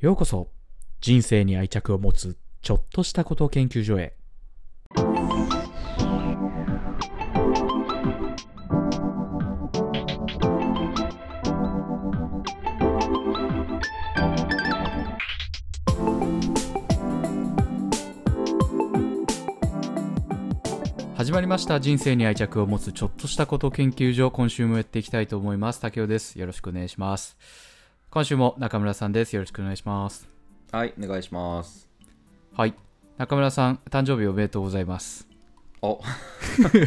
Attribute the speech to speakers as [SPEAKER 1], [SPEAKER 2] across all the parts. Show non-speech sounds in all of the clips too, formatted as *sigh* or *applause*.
[SPEAKER 1] ようこそ人生に愛着を持つちょっとしたこと研究所へ始まりました人生に愛着を持つちょっとしたこと研究所今週もやっていきたいと思います竹雄ですよろしくお願いします今週も中村さんですよろしくお願いします
[SPEAKER 2] はい、お願いします。
[SPEAKER 1] はい中村さん誕生日おめでとうございます
[SPEAKER 2] おあり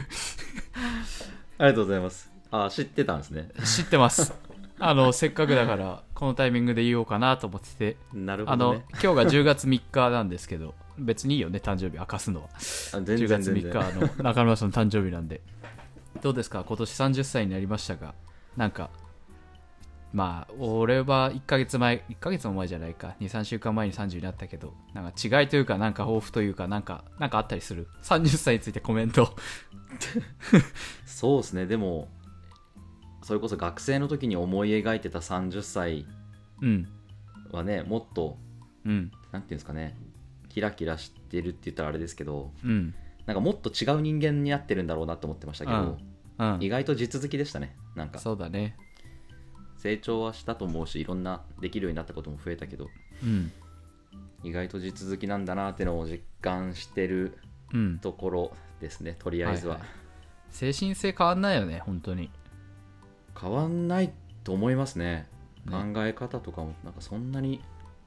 [SPEAKER 2] がとうございます。あ、知ってたんですね。
[SPEAKER 1] 知ってます
[SPEAKER 2] *laughs*
[SPEAKER 1] あのせっかくだからこのタイミングで言おうかなと思ってて
[SPEAKER 2] なる
[SPEAKER 1] あ
[SPEAKER 2] ほ
[SPEAKER 1] の
[SPEAKER 2] どね。
[SPEAKER 1] 今日が10月3日なんですけど別にいいよね誕生日明かすのは
[SPEAKER 2] あ
[SPEAKER 1] 10
[SPEAKER 2] 全然
[SPEAKER 1] 月
[SPEAKER 2] 全
[SPEAKER 1] 3
[SPEAKER 2] 然。
[SPEAKER 1] 日の中村さんの誕生日なんでどうですか今年30歳になりましたがなんかまあ俺は1ヶ月前1ヶ月も前じゃないか23週間前に30になったけどなんか違いというかなんか抱負というかなんかなんかあったりする30歳についてコメント
[SPEAKER 2] そうですね、でも、それこそ学生の時に思い描いてた30歳
[SPEAKER 1] うん
[SPEAKER 2] はね、もっと、
[SPEAKER 1] うん
[SPEAKER 2] なんていうんですかね、キラキラしてるって言ったらあれですけど、
[SPEAKER 1] うん
[SPEAKER 2] なんかもっと違う人間になってるんだろうなと思ってましたけど、
[SPEAKER 1] う
[SPEAKER 2] 意
[SPEAKER 1] ん
[SPEAKER 2] 外と地続きでしたね。なんか、
[SPEAKER 1] そうだね
[SPEAKER 2] 成長はしたと思うし、いろんなできるようになったことも増えたけど、
[SPEAKER 1] うん
[SPEAKER 2] 意外と地続きなんだなってのを実感してる
[SPEAKER 1] うん
[SPEAKER 2] ところですね、とりあえずは。
[SPEAKER 1] はいは精神性変わんないよね本当に
[SPEAKER 2] 変わんないと思いますね。考
[SPEAKER 1] ね
[SPEAKER 2] え方とかも、なんかそんなに、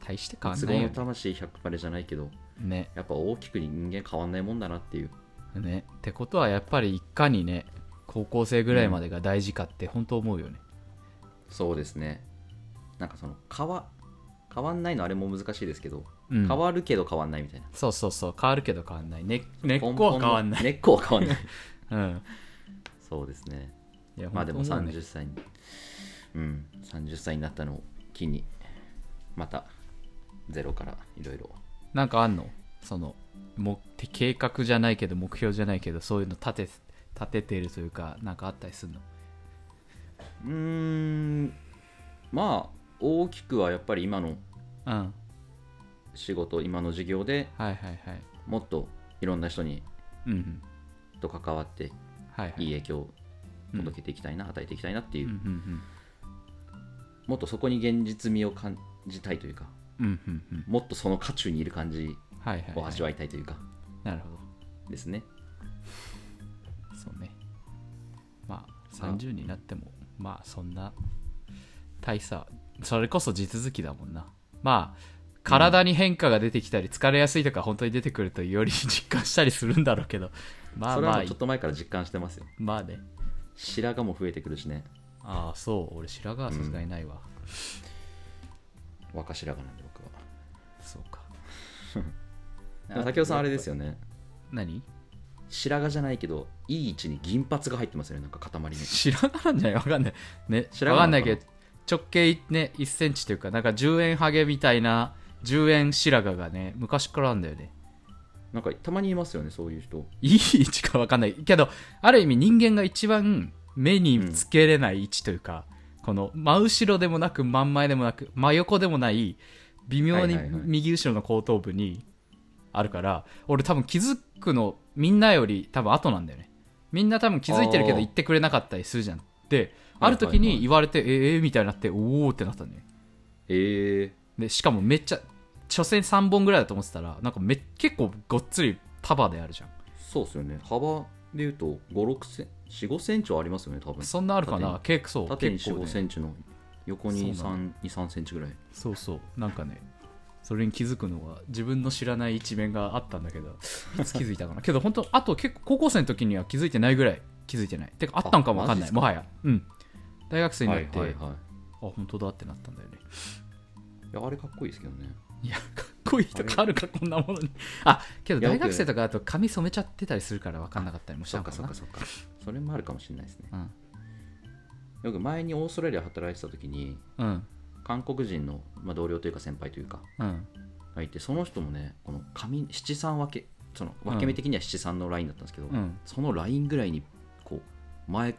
[SPEAKER 1] 大して変わん
[SPEAKER 2] 都
[SPEAKER 1] ない
[SPEAKER 2] 合
[SPEAKER 1] よ
[SPEAKER 2] の
[SPEAKER 1] ね
[SPEAKER 2] 魂100までじゃないけど、
[SPEAKER 1] ね
[SPEAKER 2] やっぱ大きく人間変わんないもんだなっていう。
[SPEAKER 1] ねってことはやっぱりいかにね高校生ぐらいまでが大事かって本当思うよね、
[SPEAKER 2] そうですね。なんかその、変わ、変わんないのあれも難しいですけど、
[SPEAKER 1] うん
[SPEAKER 2] 変わるけど変わんないみたいな。
[SPEAKER 1] そうそうそう変わるけど変わんない、ね、根っ
[SPEAKER 2] 根
[SPEAKER 1] こは
[SPEAKER 2] 本の
[SPEAKER 1] 変わんない、
[SPEAKER 2] 根っこは変
[SPEAKER 1] *laughs*
[SPEAKER 2] わんない。
[SPEAKER 1] うん
[SPEAKER 2] そうですね。
[SPEAKER 1] いや
[SPEAKER 2] *laughs* まあでも
[SPEAKER 1] 本当思うね
[SPEAKER 2] 30歳に、うん、30歳になったのを機に、また、ゼロからいろいろ。
[SPEAKER 1] なんかあんのそのも計画じゃないけど目標じゃないけどそういうの立て立ててるというかなんかあったりするの
[SPEAKER 2] うーんまあ大きくはやっぱり今の
[SPEAKER 1] うんはい
[SPEAKER 2] 仕事今の事業で
[SPEAKER 1] はいはい
[SPEAKER 2] もっといろんな人に
[SPEAKER 1] うんうん
[SPEAKER 2] と関わって
[SPEAKER 1] はいはい
[SPEAKER 2] い
[SPEAKER 1] い
[SPEAKER 2] 影響を届けていきたいな、与えていきたいなっていうう、
[SPEAKER 1] んうん
[SPEAKER 2] もっとそこに現実味を感じたいというか
[SPEAKER 1] うんうんうんうん
[SPEAKER 2] もっとその渦中にいる感じ
[SPEAKER 1] はいはい、
[SPEAKER 2] を
[SPEAKER 1] はい
[SPEAKER 2] 味、わいたいというか
[SPEAKER 1] なるほど
[SPEAKER 2] ですね、
[SPEAKER 1] そうね。まあ、30になっても、まあ、そんな、大差、それこそ地続きだもんな。まあ、体に変化が出てきたり、疲れやすいとか本当に出てくると、より *laughs* 実感したりするんだろうけど、まあ
[SPEAKER 2] それは
[SPEAKER 1] ま
[SPEAKER 2] も
[SPEAKER 1] あ
[SPEAKER 2] うちょっ、と前から実感してますよ
[SPEAKER 1] まあね。
[SPEAKER 2] 白髪も増えてくるしね
[SPEAKER 1] ああ、そう、俺、白髪はさすがにないわ。
[SPEAKER 2] 若白髪なんで僕は
[SPEAKER 1] そうか。
[SPEAKER 2] *laughs* でも竹雄さんあれですよね
[SPEAKER 1] 何 *laughs*
[SPEAKER 2] 白髪じゃないけどいい位置に銀髪が入ってますよねなんか塊に
[SPEAKER 1] 白髪なんじゃないわかんない。ね、
[SPEAKER 2] 白
[SPEAKER 1] わ
[SPEAKER 2] 髪
[SPEAKER 1] か
[SPEAKER 2] なんのかな
[SPEAKER 1] ないけど、直径ね、1センチというか、なんか10円ハゲみたいな、10円白髪がね、昔からあんだよね。
[SPEAKER 2] なんかたまにいますよねそういう人
[SPEAKER 1] いい位置か分かんないけどある意味人間が一番目につけれない位置というか、この真後ろでもなく真ん前でもなく真横でもない微妙に
[SPEAKER 2] はいはいはい
[SPEAKER 1] 右後ろの後頭部にあるから、俺多分気づくのみんなより多分後なんだよねみんな多分気づいてるけど
[SPEAKER 2] あー
[SPEAKER 1] 言ってくれなかったりするじゃんで
[SPEAKER 2] は
[SPEAKER 1] あ
[SPEAKER 2] いはいはい
[SPEAKER 1] る時に言われて、ええーみたいになっておおってなったんだよね
[SPEAKER 2] ええ
[SPEAKER 1] でしかもめっちゃ所詮3本ぐらいだと思ってたらなんかめ結構ごっつり束であるじゃん
[SPEAKER 2] そうですよね幅でいうと56センチ45センチはありますよね多分
[SPEAKER 1] そんなあるかな結構そう
[SPEAKER 2] 縦に
[SPEAKER 1] 結構ね
[SPEAKER 2] 45センチの横に
[SPEAKER 1] そうな
[SPEAKER 2] 3 23センチぐらい
[SPEAKER 1] そうそうなんかねそれに気づくのは自分の知らない一面があったんだけどいつ気づいた
[SPEAKER 2] *laughs*
[SPEAKER 1] かなけど本当あと結構高校生の時には気づいてないぐらい気づいてないてかあったんかもわかん
[SPEAKER 2] あマジ
[SPEAKER 1] ない
[SPEAKER 2] っすか
[SPEAKER 1] もはやうん大学生になって、
[SPEAKER 2] はいはいはい
[SPEAKER 1] あ本当だってなったんだよね
[SPEAKER 2] いやあれかっこいいですけどね
[SPEAKER 1] いやかっこいいとかあるかこんなものにあけど大学生とかだと髪染めちゃってたりするから分かんなかったりもした
[SPEAKER 2] そっ
[SPEAKER 1] のか
[SPEAKER 2] か
[SPEAKER 1] な
[SPEAKER 2] そっかそっかそれもあるかもしれないですね
[SPEAKER 1] うん
[SPEAKER 2] よく前にオーストラリア働いてた時に
[SPEAKER 1] うん
[SPEAKER 2] 韓国人の、まあ、同僚というか先輩というか
[SPEAKER 1] うん
[SPEAKER 2] がいてその人もねこの髪七三分けその分け目的には七三のラインだったんですけど、
[SPEAKER 1] うん
[SPEAKER 2] そのラインぐらいにこう前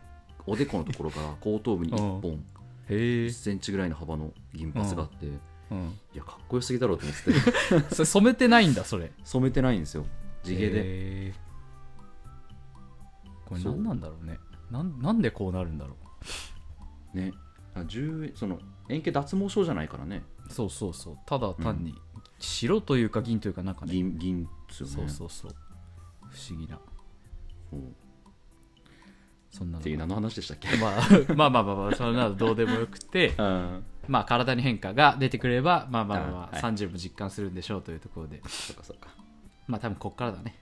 [SPEAKER 2] おでこのところから後頭部に1本
[SPEAKER 1] へえ
[SPEAKER 2] 1センチぐらいの幅の銀髪があって、
[SPEAKER 1] うん、
[SPEAKER 2] いやかっこよすぎだろうと思ってて
[SPEAKER 1] それ染めてないんだそれ
[SPEAKER 2] 染めてないんですよ地毛で、
[SPEAKER 1] へーこれ
[SPEAKER 2] そう
[SPEAKER 1] 何なんだろうねなんなんでこうなるんだろ
[SPEAKER 2] ねあ十その円形脱毛症じゃないからね
[SPEAKER 1] うそうそうそうただ単に白というか銀というかなんかね、
[SPEAKER 2] 銀銀っすよね
[SPEAKER 1] そうそうそう不思議な
[SPEAKER 2] うん
[SPEAKER 1] そんなの
[SPEAKER 2] っていう何の話でしたっ
[SPEAKER 1] *laughs*
[SPEAKER 2] け
[SPEAKER 1] まあ、まあまあまあまあそんなのどうでもよくて
[SPEAKER 2] うん
[SPEAKER 1] まあ体に変化が出てくればまあまあまあまあ
[SPEAKER 2] あは
[SPEAKER 1] 30も実感するんでしょうというところで
[SPEAKER 2] そっかそっか
[SPEAKER 1] まあ多分こっからだね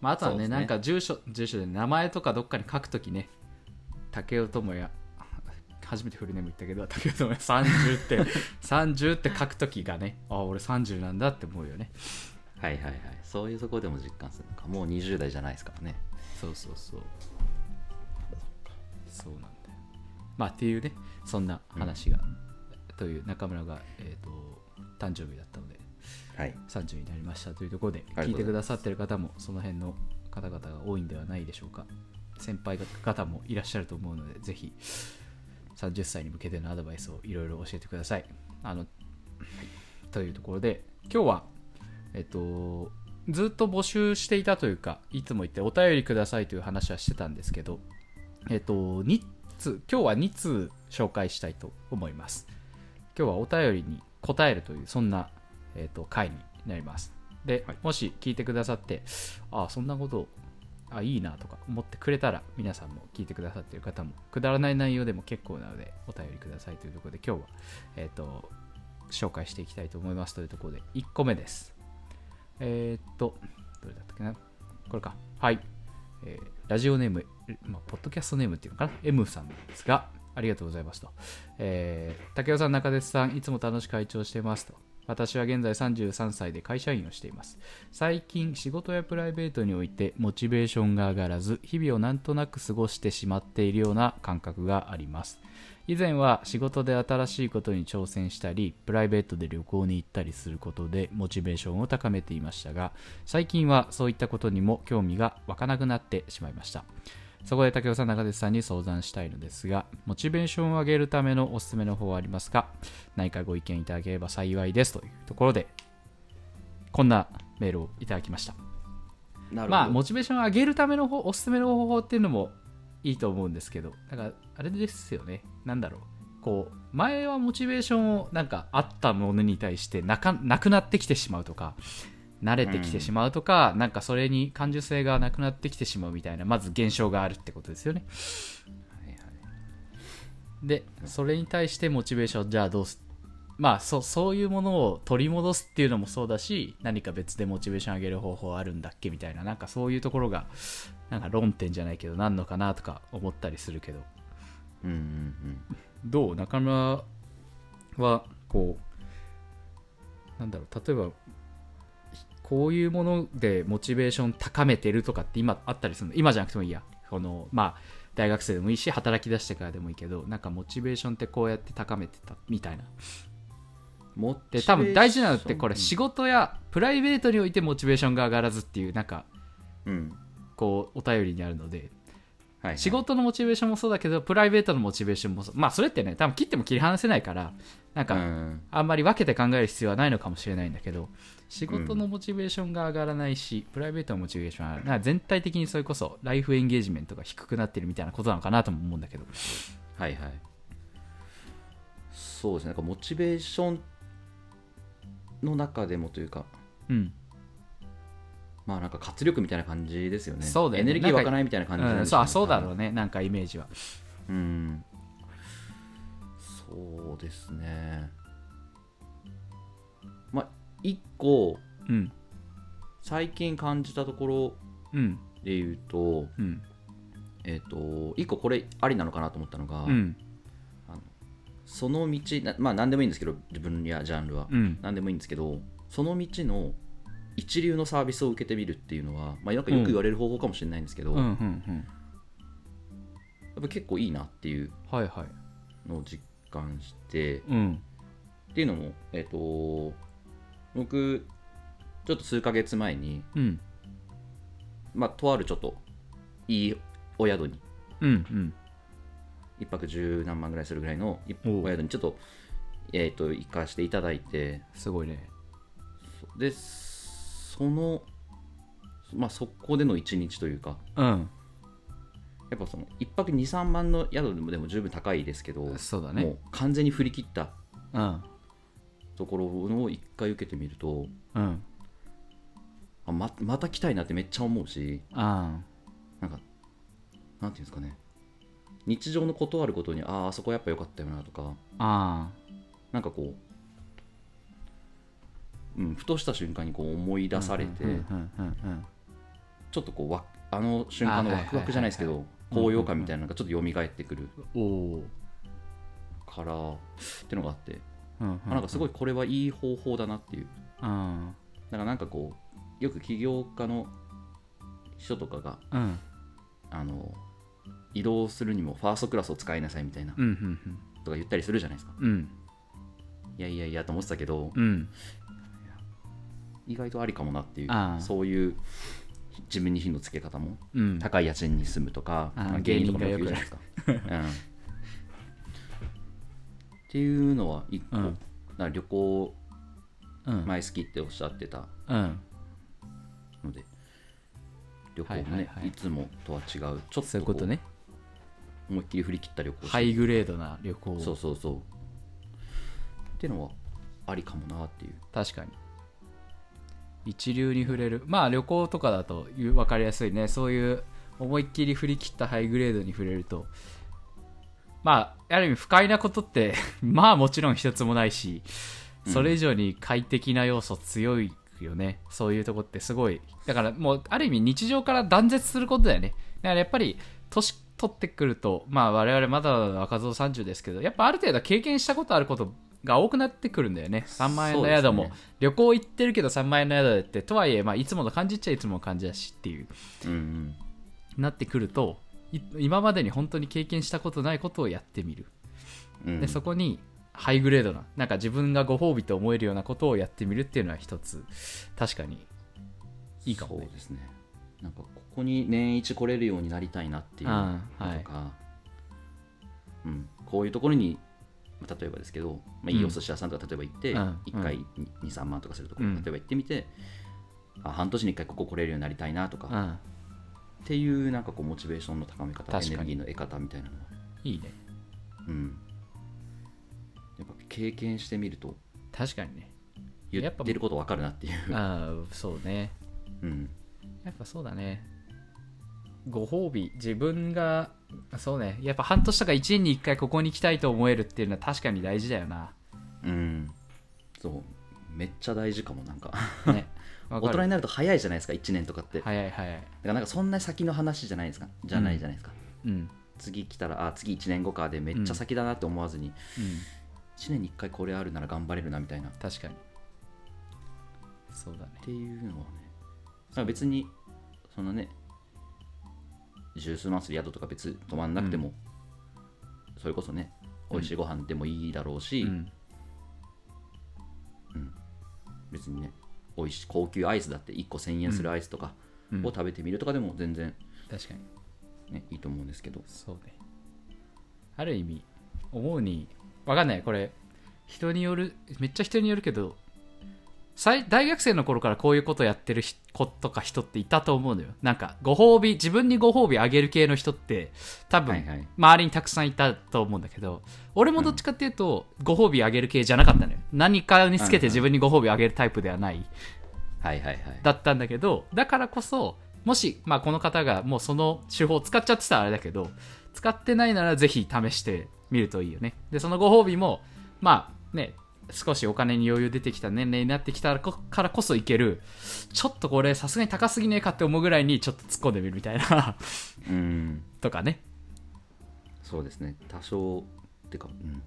[SPEAKER 1] まああとは
[SPEAKER 2] そうで
[SPEAKER 1] ね
[SPEAKER 2] すね
[SPEAKER 1] なんか住所住所で名前とかどっかに書くときね竹尾智也初めてフルネーム言ったけど竹尾智也30って *laughs* 30って書くときがねああ俺30なんだって思うよね
[SPEAKER 2] はいはいはいそういうとこでも実感するのかもう20代じゃないですからね
[SPEAKER 1] そうそうそうそうなんだよまあっていうねそんな話が、という中村が、えー、と誕生日だったので
[SPEAKER 2] はい
[SPEAKER 1] 30になりましたというところで
[SPEAKER 2] がと
[SPEAKER 1] 聞
[SPEAKER 2] う
[SPEAKER 1] いて
[SPEAKER 2] ございます
[SPEAKER 1] くださってる方もその辺の方々が多いんではないでしょうか先輩方もいらっしゃると思うのでぜひ30歳に向けてのアドバイスをいろいろ教えてくださいあの、というところで今日はえっとずっと募集していたというかいつも言ってお便りくださいという話はしてたんですけどえっと2通今日は2通紹介したいと思います今日はお便りに答えるというそんな、えー、と回になりますで、
[SPEAKER 2] はい
[SPEAKER 1] もし聞いてくださってああそんなことあいいなとか思ってくれたら皆さんも聞いてくださっている方もくだらない内容でも結構なのでお便りくださいというところで今日は、えー、と紹介していきたいと思いますというところで1個目ですえー、っとどれだったっけなこれかはい、えーラジオネーム、まあ、ポッドキャストネームっていうのかな M さんですがありがとうございますとえー竹雄さん、中出さん、いつも楽しく会長してますと。私は現在33歳で会社員をしています。最近、仕事やプライベートにおいてモチベーションが上がらず、日々をなんとなく過ごしてしまっているような感覚があります。以前は仕事で新しいことに挑戦したり、プライベートで旅行に行ったりすることでモチベーションを高めていましたが、最近はそういったことにも興味が湧かなくなってしまいました。そこで竹雄さん、中出さんに相談したいのですが、モチベーションを上げるためのおすすめの方はありますか何かご意見いただければ幸いですというところで、こんなメールをいただきました。
[SPEAKER 2] な
[SPEAKER 1] まあ、モチベーションを上げるための方おすすめの方法っていうのもいいと思うんですけど、だから、あれですよね、なんだろう。こう前はモチベーションをなんかあったものに対してなかなくなってきてしまうとか慣れてきてしまうとか、なんかそれに感受性がなくなってきてしまうみたいなまず現象があるってことですよね
[SPEAKER 2] はいはい
[SPEAKER 1] でそれに対してモチベーションじゃあどうすまあそそういうものを取り戻すっていうのもそうだし何か別でモチベーション上げる方法あるんだっけみたいななんかそういうところがなんか論点じゃないけどなんのかなとか思ったりするけど
[SPEAKER 2] うんうん
[SPEAKER 1] どう中村はこうなんだろう例えばこういうものでモチベーション高めてるとかって今あったりするの今じゃなくてもいいやこのまあ大学生でもいいし働き出してからでもいいけどなんかモチベーションってこうやって高めてたみたいな
[SPEAKER 2] うんも
[SPEAKER 1] で多分大事なのってこれ仕事やプライベートにおいてモチベーションが上がらずっていうなんか
[SPEAKER 2] うん
[SPEAKER 1] こうお便りにあるので
[SPEAKER 2] はいはい
[SPEAKER 1] 仕事のモチベーションもそうだけどプライベートのモチベーションもそうまあそれってね多分切っても切り離せないからなん
[SPEAKER 2] う
[SPEAKER 1] か、
[SPEAKER 2] ん
[SPEAKER 1] あんまり分けて考える必要はないのかもしれないんだけど仕事のモチベーションが上がらないし、プライベートのモチベーションは上がらないなんか全体的にそれこそライフエンゲージメントが低くなってるみたいなことなのかなとも思うんだけど
[SPEAKER 2] はいはいそうですねなんかモチベーションの中でもというか
[SPEAKER 1] うん、
[SPEAKER 2] まあなんか活力みたいな感じですよね
[SPEAKER 1] そうだよ
[SPEAKER 2] エ
[SPEAKER 1] ね
[SPEAKER 2] ネルギー湧かないみたいな
[SPEAKER 1] う
[SPEAKER 2] 感じなん
[SPEAKER 1] ん、
[SPEAKER 2] でし
[SPEAKER 1] そう
[SPEAKER 2] ょ
[SPEAKER 1] あそうだろ
[SPEAKER 2] う
[SPEAKER 1] う
[SPEAKER 2] ね
[SPEAKER 1] ねなんかイメージは
[SPEAKER 2] 多分うんそうですねまあ一個
[SPEAKER 1] うん
[SPEAKER 2] 最近感じたところ
[SPEAKER 1] うん
[SPEAKER 2] で言うと
[SPEAKER 1] うん
[SPEAKER 2] えっ、と一個これありなのかなと思ったのが、
[SPEAKER 1] うん
[SPEAKER 2] その道なまあ何でもいいんですけど自分やジャンルは、
[SPEAKER 1] うん
[SPEAKER 2] 何でもいいんですけどその道の一流のサービスを受けてみるっていうのは、まあ、なんかよく言われる方法かもしれないんですけど、
[SPEAKER 1] うんう
[SPEAKER 2] やっ
[SPEAKER 1] んうん
[SPEAKER 2] ぱ結構いいなっていう
[SPEAKER 1] はいはい
[SPEAKER 2] のを実感して
[SPEAKER 1] うん
[SPEAKER 2] っていうのも、えっと僕ちょっと数ヶ月前に、
[SPEAKER 1] うん
[SPEAKER 2] まあ、とあるちょっといいお宿に
[SPEAKER 1] うんうん
[SPEAKER 2] 一泊十何万ぐらいするぐらいのい
[SPEAKER 1] おう
[SPEAKER 2] お宿にちょっとえー、と行かしていただいて
[SPEAKER 1] すごいね
[SPEAKER 2] そでそのまあ速攻での1日というか
[SPEAKER 1] うん
[SPEAKER 2] やっぱその1泊23万の宿でもでも十分高いですけど
[SPEAKER 1] そうだ
[SPEAKER 2] も
[SPEAKER 1] ね
[SPEAKER 2] う完全に振り切った
[SPEAKER 1] うん
[SPEAKER 2] ところを1回受けてみると
[SPEAKER 1] うん
[SPEAKER 2] あままた来たいなってめっちゃ思うし
[SPEAKER 1] あ
[SPEAKER 2] なんかなんていうんですかね日常のことあることにあああそこやっぱ良かったよなとか
[SPEAKER 1] ああ
[SPEAKER 2] なんかこう、うん、ふとした瞬間にこう思い
[SPEAKER 1] あ
[SPEAKER 2] 出されて、
[SPEAKER 1] うんうんうんうん
[SPEAKER 2] ちょっとこうわあの瞬間の
[SPEAKER 1] あ
[SPEAKER 2] ワクワクじゃないですけ
[SPEAKER 1] は
[SPEAKER 2] ど
[SPEAKER 1] いはいはい
[SPEAKER 2] 高揚感みたいなのがちょっと蘇ってくる
[SPEAKER 1] うんおー
[SPEAKER 2] からってのがあって、
[SPEAKER 1] うん
[SPEAKER 2] あなんかすごいこれはいい方法だなっていう
[SPEAKER 1] うん
[SPEAKER 2] だからなんかこうよく起業家の人とかが
[SPEAKER 1] うん
[SPEAKER 2] あの移動するにもファーストクラスを使いなさいみたいな
[SPEAKER 1] うんうん
[SPEAKER 2] とか言ったりするじゃないですか
[SPEAKER 1] うん
[SPEAKER 2] いやいやいやと思ってたけど
[SPEAKER 1] うん
[SPEAKER 2] 意外とありかもなっていう
[SPEAKER 1] ああ
[SPEAKER 2] そういう自分に火のつけ方も
[SPEAKER 1] うん
[SPEAKER 2] 高い家賃に住むとか、
[SPEAKER 1] あー
[SPEAKER 2] まあ芸人とかもよく言うじゃないですか。うんっていうのは一個、
[SPEAKER 1] うん
[SPEAKER 2] だから旅行
[SPEAKER 1] うん
[SPEAKER 2] 前好きっておっしゃってた
[SPEAKER 1] うん
[SPEAKER 2] ので旅行もね、
[SPEAKER 1] はい
[SPEAKER 2] い
[SPEAKER 1] はいはい
[SPEAKER 2] つもとは違うちょっとこ
[SPEAKER 1] そういうことね
[SPEAKER 2] 思いっきり振り切った旅行をし
[SPEAKER 1] ハイグレードな旅行
[SPEAKER 2] そうそうそうっていうのはありかもなっていう
[SPEAKER 1] 確かに一流に触れるまあ旅行とかだという分かりやすいねそういう思いっきり振り切ったハイグレードに触れるとまあある意味不快なことって *laughs* まあもちろん一つもないしそれ以上に快適な要素強いよね、そういうとこってすごいだからもうある意味日常から断絶することだよねだからやっぱり年取ってくるとまあ我々まだまだ若造30ですけどやっぱある程度経験したことあることが多くなってくるんだよね3万円の宿も、
[SPEAKER 2] そうです
[SPEAKER 1] 旅行行ってるけど3万円の宿でってとはいえ、まあ、いつもの感じっちゃいつもの感じだしっていう
[SPEAKER 2] うんうん
[SPEAKER 1] なってくるとい今までに本当に経験したことないことをやってみる
[SPEAKER 2] うん
[SPEAKER 1] でそこにハイグレードななんか自分がご褒美と思えるようなことをやってみるっていうのは一つ確かにいいかもね
[SPEAKER 2] そうですねなんかここに年一来れるようになりたいなっていうのとか、
[SPEAKER 1] うんはい
[SPEAKER 2] うん、こういうところにまあ例えばですけど、まあ、い
[SPEAKER 1] うん
[SPEAKER 2] いお寿司屋さんとか例えば行って、
[SPEAKER 1] うん
[SPEAKER 2] 1回23万とかするとこ
[SPEAKER 1] う
[SPEAKER 2] ろ
[SPEAKER 1] ん
[SPEAKER 2] 例えば行ってみて、あ半年に1回ここ来れるようになりたいなとか、
[SPEAKER 1] う
[SPEAKER 2] っ
[SPEAKER 1] ん
[SPEAKER 2] ていうなんかこうモチベーションの高め方
[SPEAKER 1] 確かに
[SPEAKER 2] エネルギーの得方みたいなのは、
[SPEAKER 1] いいね
[SPEAKER 2] うん、やっぱ経験してみると
[SPEAKER 1] 確かに
[SPEAKER 2] *laughs*
[SPEAKER 1] ね
[SPEAKER 2] 言
[SPEAKER 1] や
[SPEAKER 2] っ
[SPEAKER 1] っぱ
[SPEAKER 2] てること分かるなっていう、
[SPEAKER 1] ああそうね
[SPEAKER 2] うん、
[SPEAKER 1] やっぱそうだねご褒美自分がそうねやっぱ半年とか1年に1回ここに来たいと思えるっていうのは確かに大事だよ
[SPEAKER 2] *laughs*
[SPEAKER 1] な
[SPEAKER 2] うん、そうめっちゃ大事かもなんか
[SPEAKER 1] ねわ
[SPEAKER 2] 大
[SPEAKER 1] か
[SPEAKER 2] 人に
[SPEAKER 1] る
[SPEAKER 2] なると早いじゃないですか1年とかって、だか
[SPEAKER 1] 早い早い
[SPEAKER 2] らなんかそんな先の話じゃないですかじゃないじゃないですか、
[SPEAKER 1] うんうん
[SPEAKER 2] 次来たらあ次1年後かでめっちゃ先だなって思わずに、1年に1回これあるなら頑張れるなみたいなっ
[SPEAKER 1] 確かにそうだね
[SPEAKER 2] ていうのはねだから別にそのね十数万する宿とか別に泊まんなくても、それこそね美味しいご飯でもいいだろうし、
[SPEAKER 1] うん
[SPEAKER 2] 別にね美味しい高級アイスだって1個1000円するアイスとか
[SPEAKER 1] うん
[SPEAKER 2] を食べてみるとかでも全然、
[SPEAKER 1] 確かに
[SPEAKER 2] ね、いいと思うんですけど
[SPEAKER 1] そうねある意味思うにわかんないこれ人によるめっちゃ人によるけど最大学生の頃からこういうことやってるひ子とか人っていたと思うのよなんかご褒美自分にご褒美あげる系の人って多
[SPEAKER 2] は
[SPEAKER 1] 分
[SPEAKER 2] いはい
[SPEAKER 1] 周りにたくさんいたと思うんだけど俺もどっちかっていうとご褒美あげる系じゃなかったのよ何かにつけて自分にご褒美あげるタイプではない
[SPEAKER 2] はいはいはい
[SPEAKER 1] だったんだけどだからこそもし、まあ、この方がもうその手法を使っちゃってたらあれだけど使ってないならぜひ試してみるといいよねでそのご褒美もまあね少しお金に余裕出てきた年齢になってきたからこそいけるちょっとこれさすがに高すぎねえかって思うぐらいにちょっと突っ込んでみるみたいな *laughs*
[SPEAKER 2] うん
[SPEAKER 1] とかね
[SPEAKER 2] そうですね多少ってか、うん、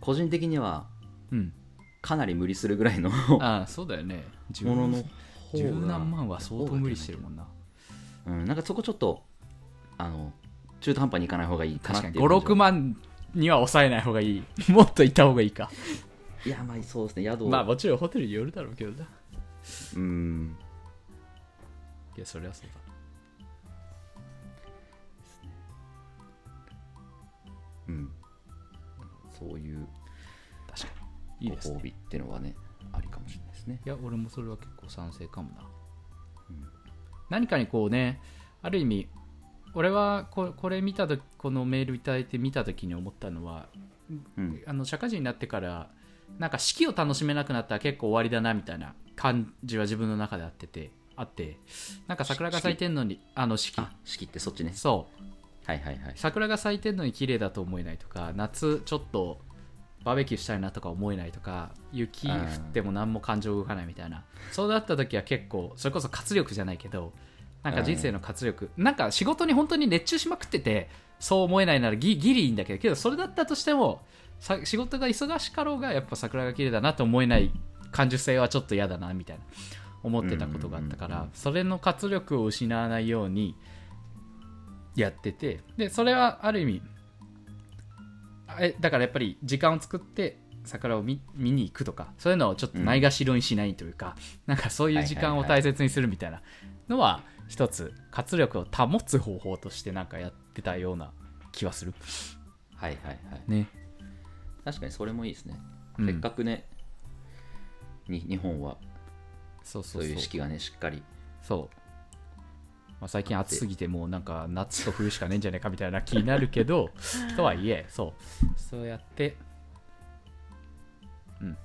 [SPEAKER 2] 個人的には
[SPEAKER 1] うん
[SPEAKER 2] かなり無理するぐらいの
[SPEAKER 1] ああそうだよね十
[SPEAKER 2] ものの方が
[SPEAKER 1] 十何万は相当無理してるもんな
[SPEAKER 2] うん、なんかそこちょっとあの中途半端にいかない方がいいかな
[SPEAKER 1] 確
[SPEAKER 2] って
[SPEAKER 1] か
[SPEAKER 2] いう
[SPEAKER 1] に56万には抑えない方がいいもっといた方がいいか
[SPEAKER 2] いやまあそうですね宿を
[SPEAKER 1] まあもちろんホテルによるだろうけどな
[SPEAKER 2] うん
[SPEAKER 1] いやそりゃそうだ
[SPEAKER 2] うんそういう
[SPEAKER 1] いいですね
[SPEAKER 2] ご褒美ってのはねありかもしれないですね
[SPEAKER 1] いや俺もそれは結構賛成かもな、何かにこうねある意味俺はここれ見た時このメールいただいて見た時に思ったのは
[SPEAKER 2] うん
[SPEAKER 1] あの社会人になってからなんか四季を楽しめなくなったら結構終わりだなみたいな感じは自分の中であっててあってなんか桜が咲いてんのにあの四季
[SPEAKER 2] あ四季ってそっちね
[SPEAKER 1] そう
[SPEAKER 2] はいはいはい
[SPEAKER 1] 桜が咲いてるのに綺麗だと思えないとか夏ちょっとバーベキューしたいなとか思えないとか雪降っても何も感情動かないみたいなそうなった時は結構それこそ活力じゃないけどなんか人生の活力なんか仕事に本当に熱中しまくっててそう思えないならギギリいいんだけどけどそれだったとしてもさ仕事が忙しかろうがやっぱ桜が綺麗だなと思えない感受性はちょっと嫌だなみたいな思ってたことがあったか
[SPEAKER 2] うんうん
[SPEAKER 1] らそれの活力を失わないようにやっててでそれはある意味あえだからやっぱり時間を作って桜を見見に行くとかそういうのをちょっとないがしろにしないというか、なんかそういう時間を大切にするみたいなのは一つ活力を保つ方法としてなんかやってたような気はする
[SPEAKER 2] はいはいはい
[SPEAKER 1] ね
[SPEAKER 2] 確かにそれもいいですね、
[SPEAKER 1] うん
[SPEAKER 2] せっかくねに日本は
[SPEAKER 1] そうそ
[SPEAKER 2] そうう
[SPEAKER 1] そう
[SPEAKER 2] いう四季がねしっかり
[SPEAKER 1] そう、まあ、最近暑すぎてもうなんか夏と冬しかねえんじゃねえかみたいな気になるけどとはいえそうそうやってうん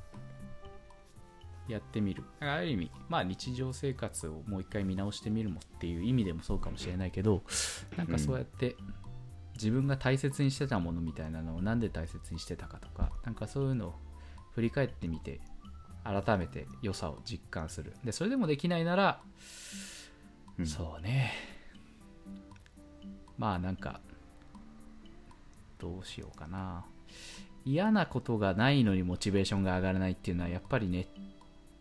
[SPEAKER 1] やってみるだからある意味まあ日常生活をもう一回見直してみるもっていう意味でもそうかもしれないけどなんかそうやって自分が大切にしてたものみたいなのをなんで大切にしてたかとかなんかそういうのを振り返ってみて改めて良さを実感するでそれでもできないなら、
[SPEAKER 2] うん
[SPEAKER 1] そうねまあなんかどうしようかな嫌なことがないのにモチベーションが上がらないっていうのはやっぱりね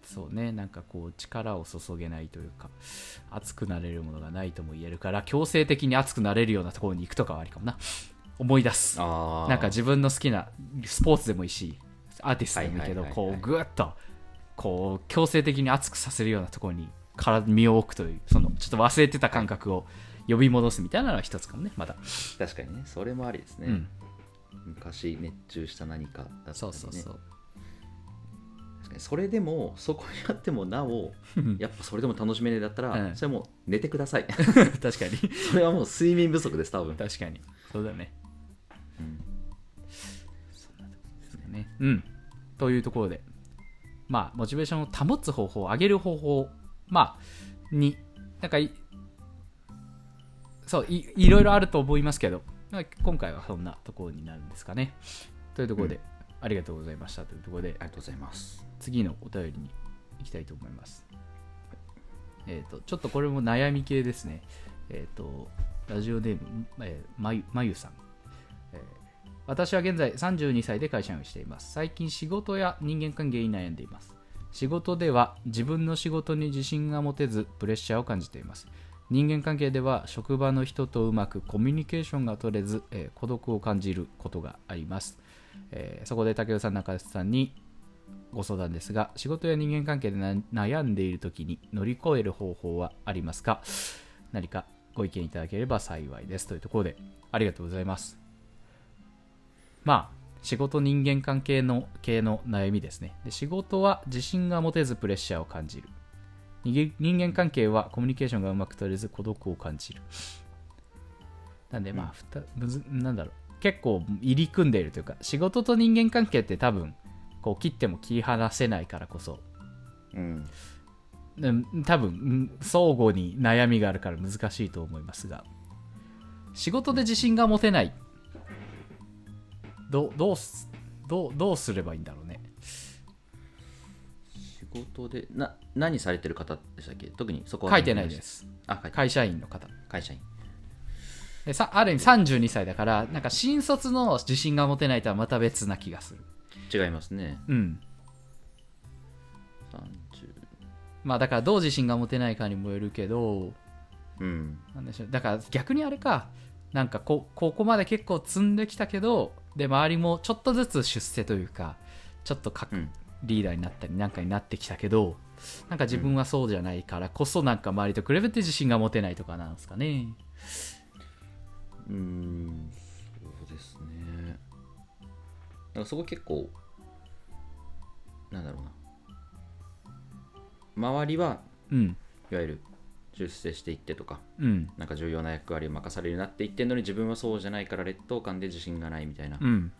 [SPEAKER 1] そうねなんかこう力を注げないというか熱くなれるものがないとも言えるから強制的に熱くなれるようなところに行くとかはありかもな思い出す
[SPEAKER 2] あー
[SPEAKER 1] なんか自分の好きなスポーツでもいいしアーティストでもいいけど
[SPEAKER 2] はいはいはい
[SPEAKER 1] こ
[SPEAKER 2] は
[SPEAKER 1] う
[SPEAKER 2] い
[SPEAKER 1] ぐっとこう強制的に熱くさせるようなところにから身を置くというそのちょっと忘れてた感覚を呼び戻すみたいなのは一つかもねまだ、
[SPEAKER 2] 確かにねそれもありですね、
[SPEAKER 1] うん
[SPEAKER 2] 昔熱中した何かだったり、ね、
[SPEAKER 1] そうそうそう
[SPEAKER 2] 確かにそれでもそこにあってもなお
[SPEAKER 1] うん
[SPEAKER 2] やっぱそれでも楽しめねえだったら、
[SPEAKER 1] うん
[SPEAKER 2] それはもう寝てください
[SPEAKER 1] *laughs* 確かに
[SPEAKER 2] それはもう睡眠不足です多分、
[SPEAKER 1] 確かにそうだよね
[SPEAKER 2] うん
[SPEAKER 1] ねうんというところでまあモチベーションを保つ方法上げる方法まあになんかいそういいろいろあると思いますけどまあ今回はそんなところになるんですかねというところで、
[SPEAKER 2] う
[SPEAKER 1] ありがとうございましたというところで
[SPEAKER 2] ありがとうございます
[SPEAKER 1] 次のお便りに行きたいと思います。えっ、と、ちょっとこれも悩み系ですね。えっ、と、ラジオネーム、えーまゆまゆさん、えー私は現在32歳で会社員をしています。最近仕事や人間関係に悩んでいます。仕事では自分の仕事に自信が持てずプレッシャーを感じています。人間関係では職場の人とうまくコミュニケーションが取れず、えー孤独を感じることがあります。えーそこで竹雄さん、中津さんにご相談ですが仕事や人間関係でな悩んでいる時に乗り越える方法はありますか何かご意見いただければ幸いですというところでありがとうございますまあ仕事人間関係の系の悩みですねで仕事は自信が持てずプレッシャーを感じる人間人間関係はコミュニケーションがうまく取れず孤独を感じるなんでまあ、ふたむずなんだろう結構入り組んでいるというか仕事と人間関係って多分こう切っても切り離せないからこそ、
[SPEAKER 2] うん
[SPEAKER 1] うん、多分うん相互に悩みがあるから難しいと思いますが仕事で自信が持てないどどうすどうどうすればいいんだろうね
[SPEAKER 2] 仕事でな何されてる方でしたっけ特にそこは
[SPEAKER 1] 書いてないです
[SPEAKER 2] あ書いて
[SPEAKER 1] 会社員の方
[SPEAKER 2] 会社員
[SPEAKER 1] でさある意味32歳だからなんか新卒の自信が持てないとはまた別な気がする
[SPEAKER 2] 違いますね
[SPEAKER 1] うん
[SPEAKER 2] 30
[SPEAKER 1] まあだからどう自信が持てないかにもよるけど
[SPEAKER 2] うん
[SPEAKER 1] なんでしょうだから逆にあれかなんかこここまで結構積んできたけどで周りもちょっとずつ出世というかちょっとか
[SPEAKER 2] うん
[SPEAKER 1] リーダーになったりなんかになってきたけどなんか自分はそうじゃないからこそなんか周りと比べて自信が持てないとかなんですかね
[SPEAKER 2] うーんそうですねなんかそこ結構周りは
[SPEAKER 1] うん
[SPEAKER 2] いわゆる出世していってとか
[SPEAKER 1] うん
[SPEAKER 2] なんか重要な役割を任されるなって言ってんのに自分はそうじゃないから劣等感で自信がないみたいな
[SPEAKER 1] うん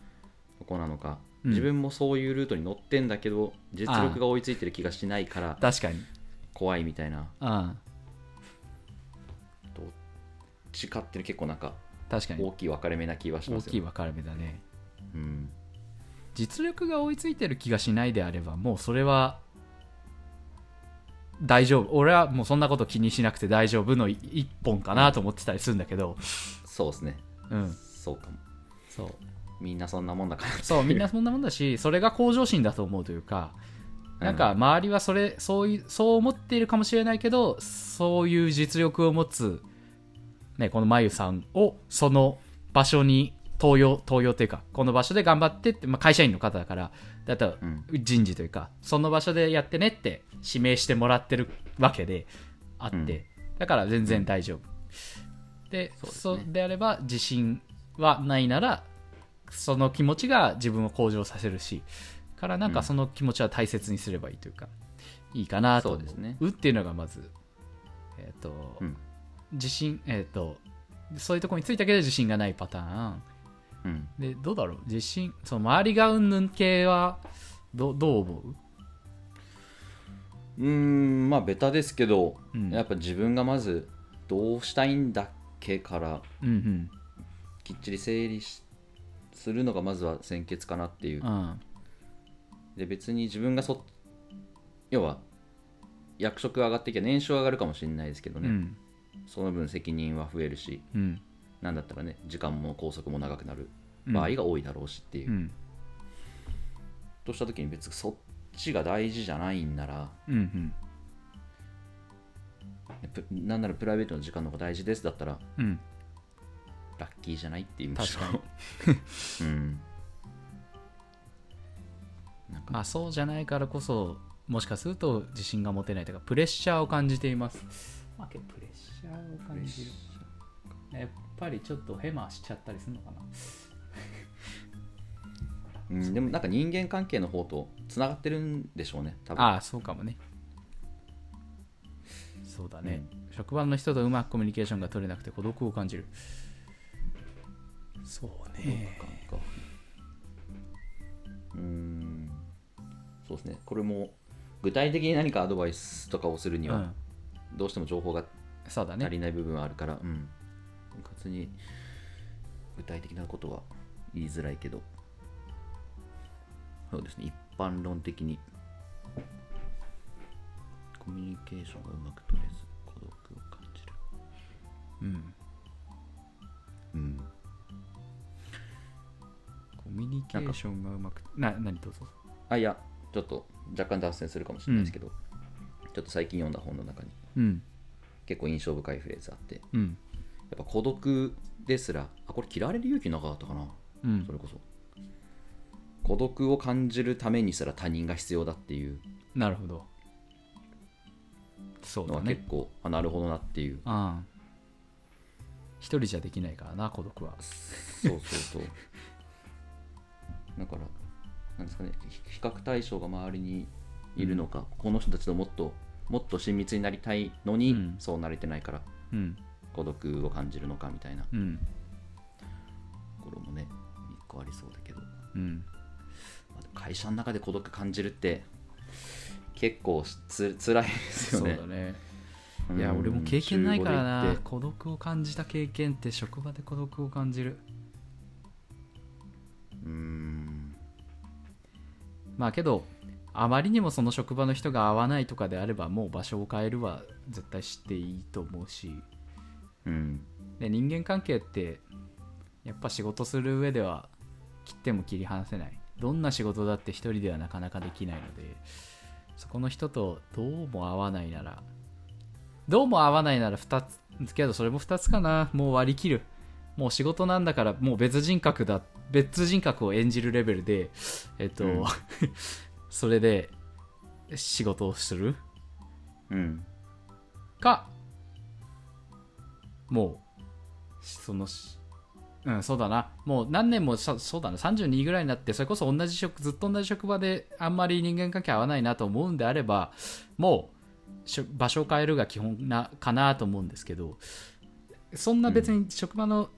[SPEAKER 2] とこなのか、
[SPEAKER 1] うん
[SPEAKER 2] 自分もそういうルートに乗ってんだけど実力が追いついてる気がしないから
[SPEAKER 1] 確かに
[SPEAKER 2] 怖いみたいな
[SPEAKER 1] あ
[SPEAKER 2] どっちかっていうの結構なんか
[SPEAKER 1] 確かに
[SPEAKER 2] 大きい分かれ目な気はしま
[SPEAKER 1] 大
[SPEAKER 2] す
[SPEAKER 1] きい
[SPEAKER 2] よ、
[SPEAKER 1] 分かれ目だね
[SPEAKER 2] うん、
[SPEAKER 1] 実力が追いついてる気がしないであればもうそれは大丈夫俺はもうそんなこと気にしなくて大丈夫の一本かなと思ってたりするんだけど
[SPEAKER 2] そうですね
[SPEAKER 1] うん
[SPEAKER 2] そうかも
[SPEAKER 1] そう
[SPEAKER 2] みんなそんなもんだから
[SPEAKER 1] そうみんなそんなもんだしそれが向上心だと思うというかなんか周りはそれそういうそう思っているかもしれないけどそういう実力を持つ、ね、このまゆさんをその場所に登用登用というかこの場所で頑張ってって、まあ、会社員の方だからだったら
[SPEAKER 2] うん
[SPEAKER 1] 人事というかその場所でやってねって指名してもらってるわけであって、
[SPEAKER 2] うん
[SPEAKER 1] だから全然大丈夫、で
[SPEAKER 2] そうです
[SPEAKER 1] そ
[SPEAKER 2] ね
[SPEAKER 1] うであれば自信はないならその気持ちが自分を向上させるしからなんか
[SPEAKER 2] うん
[SPEAKER 1] その気持ちは大切にすればいいというか、いいかなと思う
[SPEAKER 2] そうですね
[SPEAKER 1] っていうのがまず、えっと
[SPEAKER 2] うん
[SPEAKER 1] 自信、えっとそういうところについたけど自信がないパターン
[SPEAKER 2] うん
[SPEAKER 1] でどうだろう自信その周りがうんぬん系はどどう思う
[SPEAKER 2] うーんまあベタですけど、
[SPEAKER 1] うん
[SPEAKER 2] やっぱ自分がまずどうしたいんだっけから
[SPEAKER 1] うん
[SPEAKER 2] きっちり整理しするのがまずは先決かなっていう
[SPEAKER 1] うんうん
[SPEAKER 2] で別に自分がそ要は役職が上がってきゃ年収は上がるかもしれないですけど
[SPEAKER 1] う
[SPEAKER 2] ね、
[SPEAKER 1] ん
[SPEAKER 2] その分責任は増えるし
[SPEAKER 1] うん
[SPEAKER 2] なんだったらね時間も拘束も長くなる
[SPEAKER 1] うん
[SPEAKER 2] 場合が多いだろうしっていう、
[SPEAKER 1] うん
[SPEAKER 2] とした時に別にそっちが大事じゃないんなら
[SPEAKER 1] うんうん
[SPEAKER 2] プなんならプライベートの時間の方が大事ですだったら
[SPEAKER 1] うん
[SPEAKER 2] ラッキーじゃないって言いまし
[SPEAKER 1] 確
[SPEAKER 2] た
[SPEAKER 1] かに
[SPEAKER 2] うん
[SPEAKER 1] まあそうじゃないからこそもしかすると自信が持てないというかプレッシャーを感じていますまあけどプレッシャーを感じるやっぱりちょっとヘマしちゃったりするのかな
[SPEAKER 2] うん、でもなんか人間関係の方とつながってるんでしょうね多分
[SPEAKER 1] ああそうかもねそうだね、職場の人とうまくコミュニケーションが取れなくて孤独を感じるそうね
[SPEAKER 2] なんかうーんそうですねこれも具体的に何かアドバイスとかをするに
[SPEAKER 1] う
[SPEAKER 2] は
[SPEAKER 1] ん
[SPEAKER 2] どうしても情報が
[SPEAKER 1] そうだ
[SPEAKER 2] 足
[SPEAKER 1] ね
[SPEAKER 2] りない部分はあるから、うん別に具体的なことは言いづらいけどそうですね一般論的にコミュニケーションがうまく取れず孤独を感じる
[SPEAKER 1] うん
[SPEAKER 2] うん
[SPEAKER 1] コミュニケーションがうまくな何どうぞ
[SPEAKER 2] あいやちょっと若干脱線するかもしれないですけど、ちょっと最近読んだ本の中に
[SPEAKER 1] うん
[SPEAKER 2] 結構印象深いフレーズあってや
[SPEAKER 1] うん
[SPEAKER 2] っぱ孤独ですらあこれ嫌われる勇気なかったかな
[SPEAKER 1] うん
[SPEAKER 2] それこそ孤独を感じるためにすら他人が必要だっていう
[SPEAKER 1] なるほどそう
[SPEAKER 2] の
[SPEAKER 1] だ
[SPEAKER 2] は結
[SPEAKER 1] ね
[SPEAKER 2] 構、あなるほどなっていう
[SPEAKER 1] ああ一人じゃできないからな孤独は
[SPEAKER 2] そうそうそう *laughs* だからなんですかねひ比較対象が周りにいるのか、この人たちともっともっと親密になりたいのに、
[SPEAKER 1] うん
[SPEAKER 2] そうなれてないから
[SPEAKER 1] うん
[SPEAKER 2] 孤独を感じるのかみたいな
[SPEAKER 1] うん
[SPEAKER 2] ところもね一個ありそうだけど、ま
[SPEAKER 1] うん
[SPEAKER 2] あでも会社の中で孤独感じるって結構しつ辛いです
[SPEAKER 1] そ
[SPEAKER 2] よ
[SPEAKER 1] うだ
[SPEAKER 2] ね
[SPEAKER 1] ね
[SPEAKER 2] うん
[SPEAKER 1] いや俺も経験ないから
[SPEAKER 2] 週五で
[SPEAKER 1] な
[SPEAKER 2] 行って
[SPEAKER 1] 孤独を感じた経験って職場で孤独を感じる
[SPEAKER 2] うーん
[SPEAKER 1] まあけどあまりにもその職場の人が合わないとかであればもう場所を変えるは絶対していいと思うし
[SPEAKER 2] うん
[SPEAKER 1] で人間関係ってやっぱ仕事する上では切っても切り離せないどんな仕事だって一人ではなかなかできないのでそこの人とどうも合わないならどうも合わないなら2つけどそれも2つかなもう割り切るもう仕事なんだからもう別人格だ別人格を演じるレベルでえっと、
[SPEAKER 2] うん
[SPEAKER 1] *laughs* それで仕事をする
[SPEAKER 2] うん
[SPEAKER 1] かもうしそのしうんそうだなもう何年もさそうだな32ぐらいになってそれこそ同じ職ずっと同じ職場であんまり人間関係合わないなと思うんであればもうしょ場所を変えるが基本なかなと思うんですけどそんな別に職場の、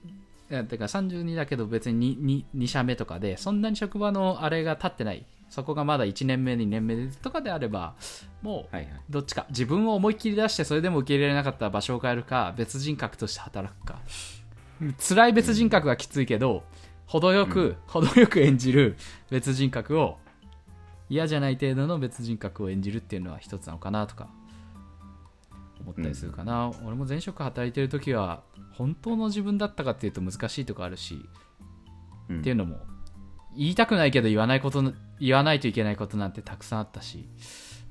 [SPEAKER 1] いやてか32だけど別に 2, 2, 社目とかでそんなに職場のあれが立ってないそこがまだ1年目2年目とかであればもう
[SPEAKER 2] はいはい
[SPEAKER 1] どっちか自分を思いっきり出してそれでも受け入れられなかったら場所を変えるか別人格として働くか辛い別人格はきついけど、程よく、程よく演じる別人格を嫌じゃない程度の別人格を演じるっていうのは一つなのかなとか思ったりするかな、俺も前職働いてる時は本当の自分だったかっていうと難しいとこあるし
[SPEAKER 2] うん
[SPEAKER 1] っていうのも言いたくないけど言わないこと言わないといけないことなんてたくさんあったし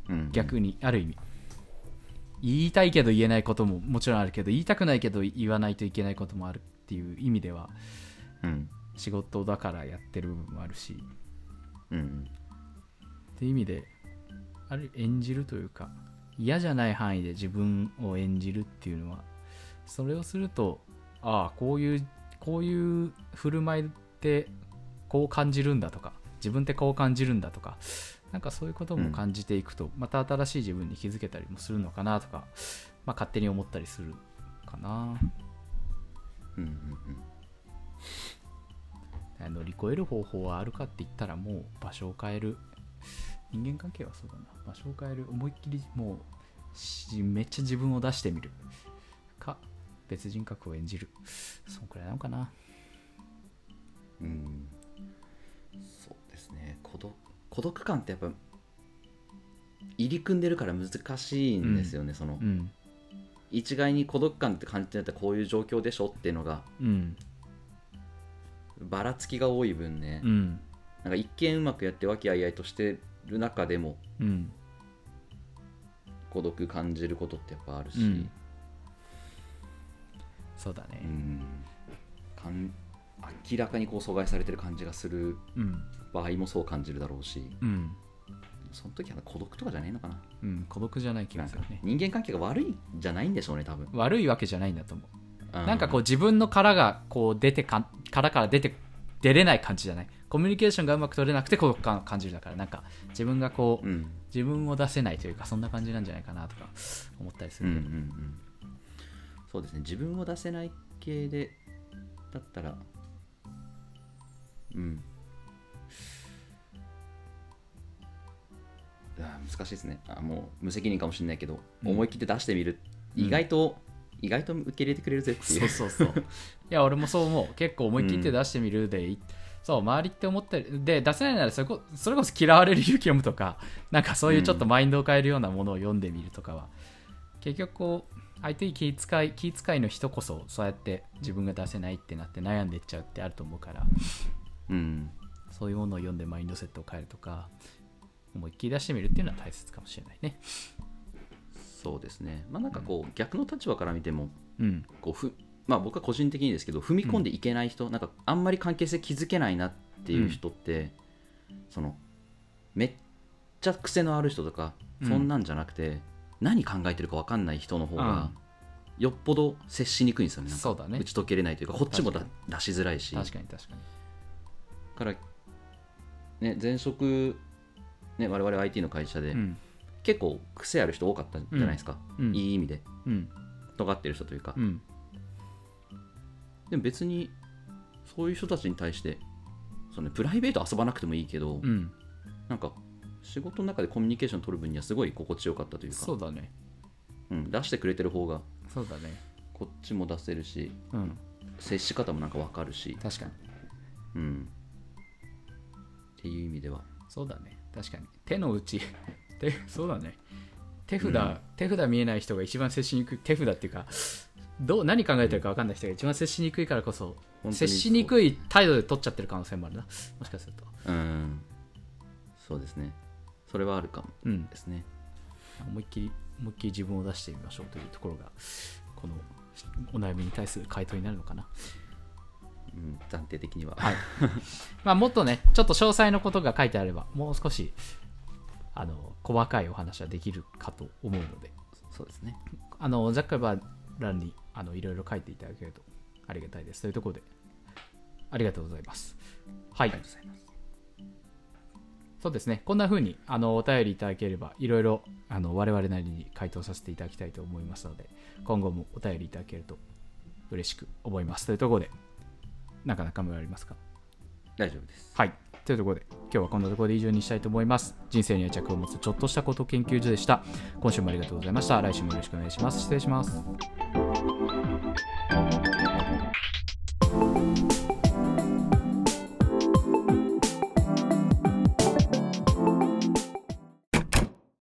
[SPEAKER 2] うん
[SPEAKER 1] 逆にある意味言いたいけど言えないことももちろんあるけど言いたくないけど言わないといけないこともあるっていう意味では
[SPEAKER 2] うん
[SPEAKER 1] 仕事だからやってる部分もあるしっ
[SPEAKER 2] うん
[SPEAKER 1] ていう意味である演じるというか嫌じゃない範囲で自分を演じるっていうのはそれをするとああこういうこういう振る舞いってこう感じるんだとか自分ってこう感じるんだとかなんかそういうことも感じていくと、また新しい自分に気づけたりもするのかなとか、まあ、勝手に思ったりするかな
[SPEAKER 2] うんうん
[SPEAKER 1] 乗り越える方法はあるかって言ったらもう場所を変える人間関係はそうだな場所を変える思いっきりもうしめっちゃ自分を出してみるか別人格を演じるそんくらいなのかな
[SPEAKER 2] うんうんそうですね孤独孤独感ってやっぱ入り組んでるから難しいんですよね、その
[SPEAKER 1] うん
[SPEAKER 2] 一概に孤独感って感じてなったらこういう状況でしょっていうのが
[SPEAKER 1] うん
[SPEAKER 2] ばらつきが多い分ね、
[SPEAKER 1] うん
[SPEAKER 2] なんか一見うまくやって和気あいあいとしてる中でも
[SPEAKER 1] うん
[SPEAKER 2] 孤独感じることってやっぱあるし、
[SPEAKER 1] うんそうだ
[SPEAKER 2] う
[SPEAKER 1] ね
[SPEAKER 2] んかん明らかにこう阻害されてる感じがする
[SPEAKER 1] うん
[SPEAKER 2] 場合もそう感じるだろうし
[SPEAKER 1] うん
[SPEAKER 2] その時は孤独とかじゃないのかな
[SPEAKER 1] うん孤独じゃない気
[SPEAKER 2] な
[SPEAKER 1] が
[SPEAKER 2] ん
[SPEAKER 1] す
[SPEAKER 2] か
[SPEAKER 1] るね
[SPEAKER 2] 人間関係が悪いんじゃないんでしょうね多分、
[SPEAKER 1] 悪いわけじゃないんだと思う
[SPEAKER 2] う
[SPEAKER 1] なんかこう自分の殻がこう出てか殻から出て出れない感じじゃないコミュニケーションがうまく取れなくて孤独感を感じるだからなんか自分がこう
[SPEAKER 2] うん、うん
[SPEAKER 1] 自分を出せないというかそんな感じなんじゃないかなとか思ったりす
[SPEAKER 2] うんう
[SPEAKER 1] る
[SPEAKER 2] ん
[SPEAKER 1] けど、
[SPEAKER 2] そうですね自分を出せない系でだったらうんあー難しいですねあもう無責任かもしれないけど、
[SPEAKER 1] うん
[SPEAKER 2] 思い切って出してみる
[SPEAKER 1] うん
[SPEAKER 2] 意外と、意外と受け入れてくれるぜっていう
[SPEAKER 1] そうそうそういや俺もそう思う結構思い切って出してみるでいい、そう周りって思ってるで出せないならそれこそれこそ嫌われる勇気を読むとか *laughs* なんかそういうちょっとマインドを変えるようなものを読んでみるとかは、結局こう相手に気遣い気遣いの人こそそうやって自分が出せないってなって悩んでいっちゃうってあると思うから
[SPEAKER 2] うん
[SPEAKER 1] そういうものを読んでマインドセットを変えるとか思いっきり出してみるっていうのは大切かもしれないね
[SPEAKER 2] そうですねまあなんかこう逆の立場から見ても
[SPEAKER 1] うん
[SPEAKER 2] こうふまあ僕は個人的にですけど踏み込んでいけない人、なんかあんまり関係性築けないなっていう人って、そのめっちゃ癖のある人とか
[SPEAKER 1] うん
[SPEAKER 2] そんなんじゃなくて、何考えてるか分かんない人の方がよっぽど接しにくいんですよねなんか
[SPEAKER 1] そうだね
[SPEAKER 2] 打ち解けれないというかこっちもだ
[SPEAKER 1] 確
[SPEAKER 2] 出しづらいし
[SPEAKER 1] 確かに確かに
[SPEAKER 2] から、ね、前職、ね、我々 IT の会社で、
[SPEAKER 1] うん
[SPEAKER 2] 結構癖ある人多かったじゃないですか、
[SPEAKER 1] うん
[SPEAKER 2] いい意味で
[SPEAKER 1] うん
[SPEAKER 2] 尖ってる人というか、
[SPEAKER 1] うん
[SPEAKER 2] でも別にそういう人たちに対してそのねプライベート遊ばなくてもいいけど、
[SPEAKER 1] うん
[SPEAKER 2] なんか仕事の中でコミュニケーション取る分にはすごい心地よかったというか
[SPEAKER 1] そうだね
[SPEAKER 2] うん、出してくれてる方が
[SPEAKER 1] そうだね
[SPEAKER 2] こっちも出せるし
[SPEAKER 1] うん
[SPEAKER 2] 接し方もなんか分かるし、
[SPEAKER 1] 確かに
[SPEAKER 2] うん、っていう意味では
[SPEAKER 1] そうだね確かに手の内 *laughs* 手そうだね手札、手札見えない人が一番接しにくい手札っていうかどう何考えてるか分かんない人が一番接しにくいからこそ
[SPEAKER 2] 本当に
[SPEAKER 1] 接しにくい態度で取っちゃってる可能性もあるなもしかすると
[SPEAKER 2] うんそうですねそれはあるかも
[SPEAKER 1] うん
[SPEAKER 2] ですね
[SPEAKER 1] 思いっきり思いっきり自分を出してみましょうというところがこのお悩みに対する回答になるのかな
[SPEAKER 2] うん、暫定的には、
[SPEAKER 1] はいまあ、もっとね、ちょっと詳細のことが書いてあれば、もう少し、あの、細かいお話はできるかと思うので、
[SPEAKER 2] そうですね
[SPEAKER 1] あの、ざっくばらんに、あの、いろいろ書いていただけるとありがたいです。というところで、ありがとうございます。はい。
[SPEAKER 2] ありがとうございます
[SPEAKER 1] そうですねこんな風にあのお便りいただければいろいろあの我々なりに回答させていただきたいと思いますので今後もお便りいただけると嬉しく思いますというところでなかなか無理ありますか
[SPEAKER 2] 大丈夫です。
[SPEAKER 1] はいというところで今日はこんなところで以上にしたいと思います人生に愛着を持つちょっとしたこと研究所でした今週もありがとうございました来週もよろしくお願いします失礼します